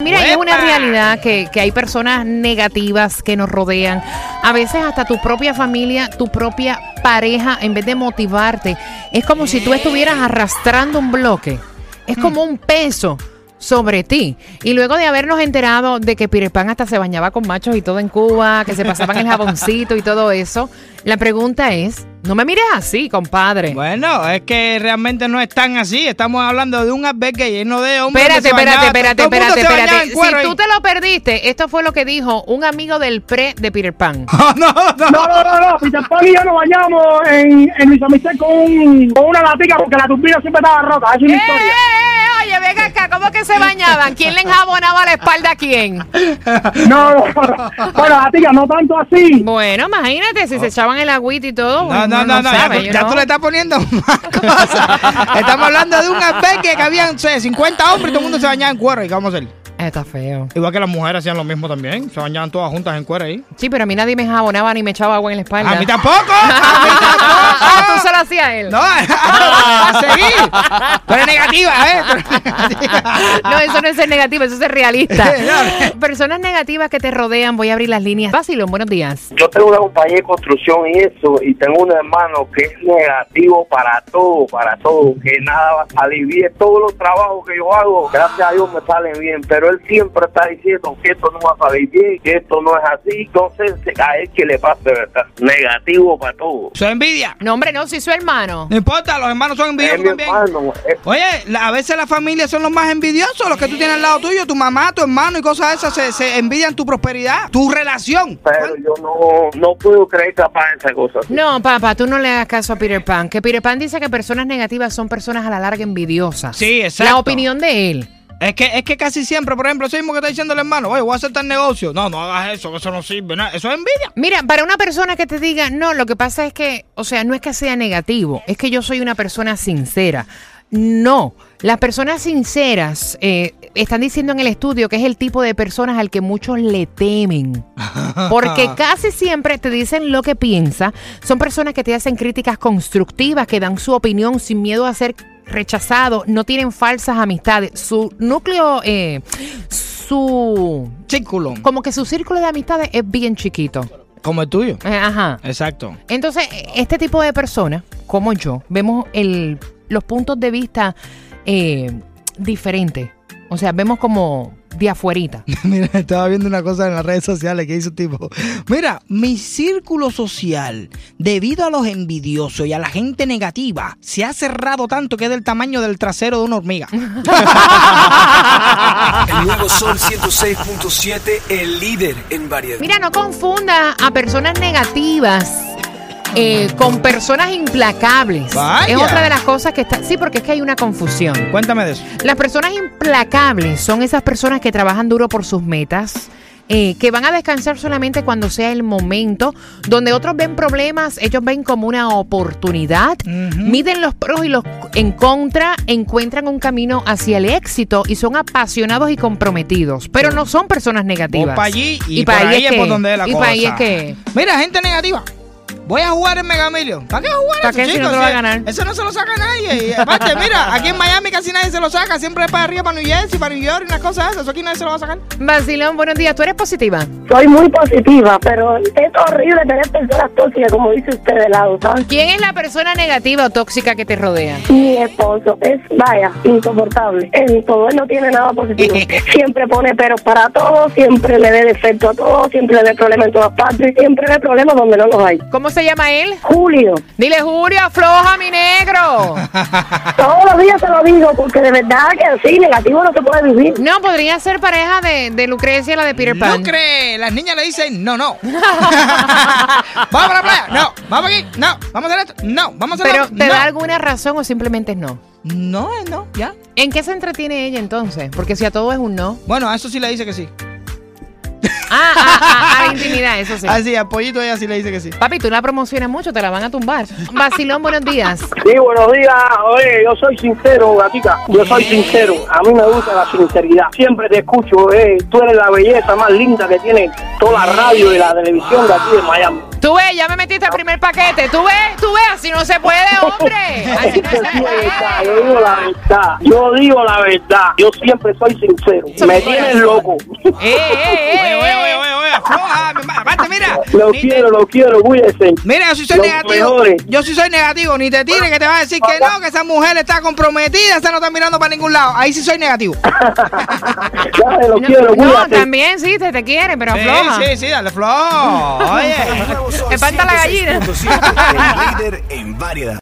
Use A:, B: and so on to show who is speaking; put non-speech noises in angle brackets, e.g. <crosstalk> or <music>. A: Mira, y es una
B: ¡Uepa!
A: realidad que, que hay personas negativas que nos rodean. A veces hasta tu propia familia, tu propia pareja, en vez de motivarte, es como si tú estuvieras arrastrando un bloque. Es como un peso sobre ti. Y luego de habernos enterado de que Peter Pan hasta se bañaba con machos y todo en Cuba, que se pasaban el jaboncito y todo eso, la pregunta es, no me mires así, compadre.
B: Bueno, es que realmente no es tan así. Estamos hablando de un albergue lleno de hombres.
A: Espérate,
B: que se
A: espérate,
B: bañaban.
A: espérate,
B: Todo el mundo
A: espérate,
B: se bañaba
A: espérate.
B: en cuero
A: Si tú
B: ahí.
A: te lo perdiste, esto fue lo que dijo un amigo del pre de Peter
B: <laughs>
A: Pan.
B: No, no.
C: No, no, no, no. Peter Pan y yo nos bañamos en, en Luis Amistad con, un- con una latica porque la turbina siempre estaba rota. Eso es
A: ¡Eh,
C: una
A: eh,
C: historia.
A: eh! Oye, ven acá, ¿cómo que
B: <laughs>
A: se bañaban? ¿Quién le enjabonaba la espalda a quién?
C: No, no, no. Bueno, latica, no tanto así.
A: Bueno, imagínate, si se echaban el agüita y todo.
B: No,
A: uno
B: no, no, no, ya,
A: sabe,
B: tú-
A: you
B: ya
A: know.
B: tú le estás poniendo <laughs> más cosas. Estamos hablando de un albergue que habían, no sé, 50 hombres y todo el mundo se bañaba en cuero. ¿Y qué vamos a hacer?
A: Está feo.
B: Igual que las mujeres hacían lo mismo también. Se bañaban todas juntas en cuero ahí.
A: Sí, pero a mí nadie me enjabonaba ni me echaba agua en la espalda.
B: ¡A mí
A: <laughs>
B: tampoco! ¡A mí
A: ah, tú
B: tampoco!
A: se
B: <laughs>
A: lo hacías a él.
B: No, a seguir. Pero <laughs> negativa, ¿eh? Pero negativa.
A: No, eso no es ser negativo, eso es ser
B: <laughs>
A: realista. Personas negativas que te rodean, voy a abrir las líneas. Vacilón, buenos días.
D: yo tengo una compañía de construcción y eso, y tengo un hermano que es negativo para todo, para todo, que nada va a salir bien. Todos los trabajos que yo hago, gracias a Dios me salen bien, pero él siempre está diciendo que esto no va a salir bien, que esto no es así. Entonces, a él que le pasa de verdad, negativo para todo.
B: Eso es envidia.
A: No, hombre, no, soy su hermano.
B: No importa, los hermanos son
D: Es
B: envidiosos
D: Eh, mi
B: también.
D: hermano, es-
B: Oye, la- a veces las familias son los más envidiosos, los que tú tienes al lado tuyo, tu mamá, tu hermano y cosas esas, se, se envidian tu prosperidad, tu relación.
D: pero yo no, no puedo creer capaz de esa cosa.
A: No, papá, tú no le hagas caso a Peter Pan. Que Peter Pan dice que personas negativas son personas a la larga envidiosas.
B: Sí, exacto.
A: La opinión de él.
B: Es que, es que casi siempre, por ejemplo, eso mismo que está diciendo el hermano, oye, voy a hacer tal negocio. No, no hagas eso, eso no sirve, nada. eso es envidia.
A: Mira, para una persona que te diga, no, lo que pasa es que, o sea, no es que sea negativo, es que yo soy una persona sincera. No, las personas sinceras eh, están diciendo en el estudio que es el tipo de personas al que muchos le temen. Porque casi siempre te dicen lo que piensa. Son personas que te hacen críticas constructivas, que dan su opinión sin miedo a ser rechazados, no tienen falsas amistades. Su núcleo, eh, su...
B: Círculo,
A: Como que su círculo de amistades es bien chiquito.
B: como el tuyo.
A: Eh, Ajá.
B: Exacto.
A: Entonces, este tipo de personas, como yo, vemos el, los puntos de vista eh, diferentes. O sea, vemos como de afuerita.
B: <laughs> Mira, estaba viendo una cosa en las redes sociales que hizo tipo, mira, mi círculo social, debido a los envidiosos y a la gente negativa, se ha cerrado tanto que es del tamaño del trasero de una hormiga.
E: El nuevo Sol 106.7, el líder en variedad.
A: Mira, no confundas a personas negativas eh, con personas implacables.
B: Vaya.
A: Es otra de las cosas que está... Sí, porque es que hay una confusión.
B: Cuéntame de eso.
A: Las personas implacables son esas personas que trabajan duro por sus metas. eh, que van a descansar solamente cuando sea el momento, donde otros ven problemas, ellos ven como una oportunidad, miden los pros y los en contra, encuentran un camino hacia el éxito y son apasionados y comprometidos, pero no son personas negativas.
B: Voy pa' allí y por ahí es por donde es la
A: y pa' ahí es
B: cosa.
A: que
B: Mira, gente negativa. Voy a jugar en Mega Million. ¿Para qué jugar
A: ¿Para
B: eso,
A: qué si
B: chicos?
A: no te lo va a
B: Ese-
A: ganar?
B: Eso no se lo saca nadie. Y aparte, mira, aquí en Miami casi nadie se lo saca. Siempre es para arriba, para New Jersey, para New York y unas cosas esas. Eso aquí nadie se lo va a sacar.
A: Basilón, buenos días, tú eres positiva.
F: Soy muy positiva, pero es horrible tener personas tóxicas, como dice usted de lado, ¿sabes?
A: ¿Quién es la persona negativa o tóxica que te rodea?
F: Mi esposo es, vaya, insoportable. En todo él no tiene nada
C: <laughs>
F: positivo. Siempre pone peros para todo, siempre le ve defecto a todo, siempre le ve problemas en todas partes, siempre ve problemas donde no los hay.
A: ¿Cómo se llama él?
F: Julio,
A: Dile, Julio, afloja mi
B: <laughs>
A: negro.
F: todos los días se lo digo, porque de verdad que así, negativo no se puede vivir.
A: No, podría ser pareja de, de Lucrecia y la de Peter Pan.
B: No cree. Las niñas le dicen,
A: <laughs>
B: no, no. vamos para la playa. No. Vamos aquí. No. Vamos a hacer esto. No. Vamos a hacer
A: Pero
B: lo otro.
A: te
B: No.
A: da alguna razón o simplemente es no.
B: No, eh, no, ya.
A: ¿En qué se entretiene ella entonces? Porque si a todo es un no.
B: Bueno, a eso sí le dice que sí.
A: Ah, ah, ah, ah, intimidad, eso sí.
B: Así, a Pollito ella sí le dice que sí.
A: Papi, tú la promocionas mucho, te la van a tumbar. Vacilón, buenos días.
F: Sí, buenos días. Oye, yo soy sincero, gatica. Yo soy sincero. A mí me gusta la sinceridad. Siempre te escucho, eh. Tú eres la belleza más linda que tiene toda la radio y la televisión de aquí de <laughs> Miami.
A: Tú ves, ya me metiste el primer paquete. Tú ves, tú ves, así no se puede, hombre. Así no se
F: Sí, está, Yo
A: puede.
F: digo la verdad. Yo digo la verdad. Yo siempre soy sincero. Me tienes loco. <laughs>
A: Eh, eh,
B: Oye,
A: eh,
B: oye,
A: eh.
B: oye, oye, oye, afloja. mi ma- Aparte, mira.
F: Lo
B: ni te-
F: quiero, lo quiero, <laughs> cuídense.
B: Mira, yo sí soy
F: Los
B: negativo.
F: mejores.
B: Yo sí soy negativo. Ni te tires que te va a decir que no, que esa mujer está comprometida, esa no está mirando para ningún lado. Ahí sí soy negativo.
F: Dale, lo quiero,
A: No,
F: cuídate.
A: también sí, te, te quiere, pero
B: Sí,
A: afloja.
B: sí, sí, dale flojo. Oye.
E: Nuevo Sol
A: Me falta la gallina.
E: 106.7, el líder en variedad.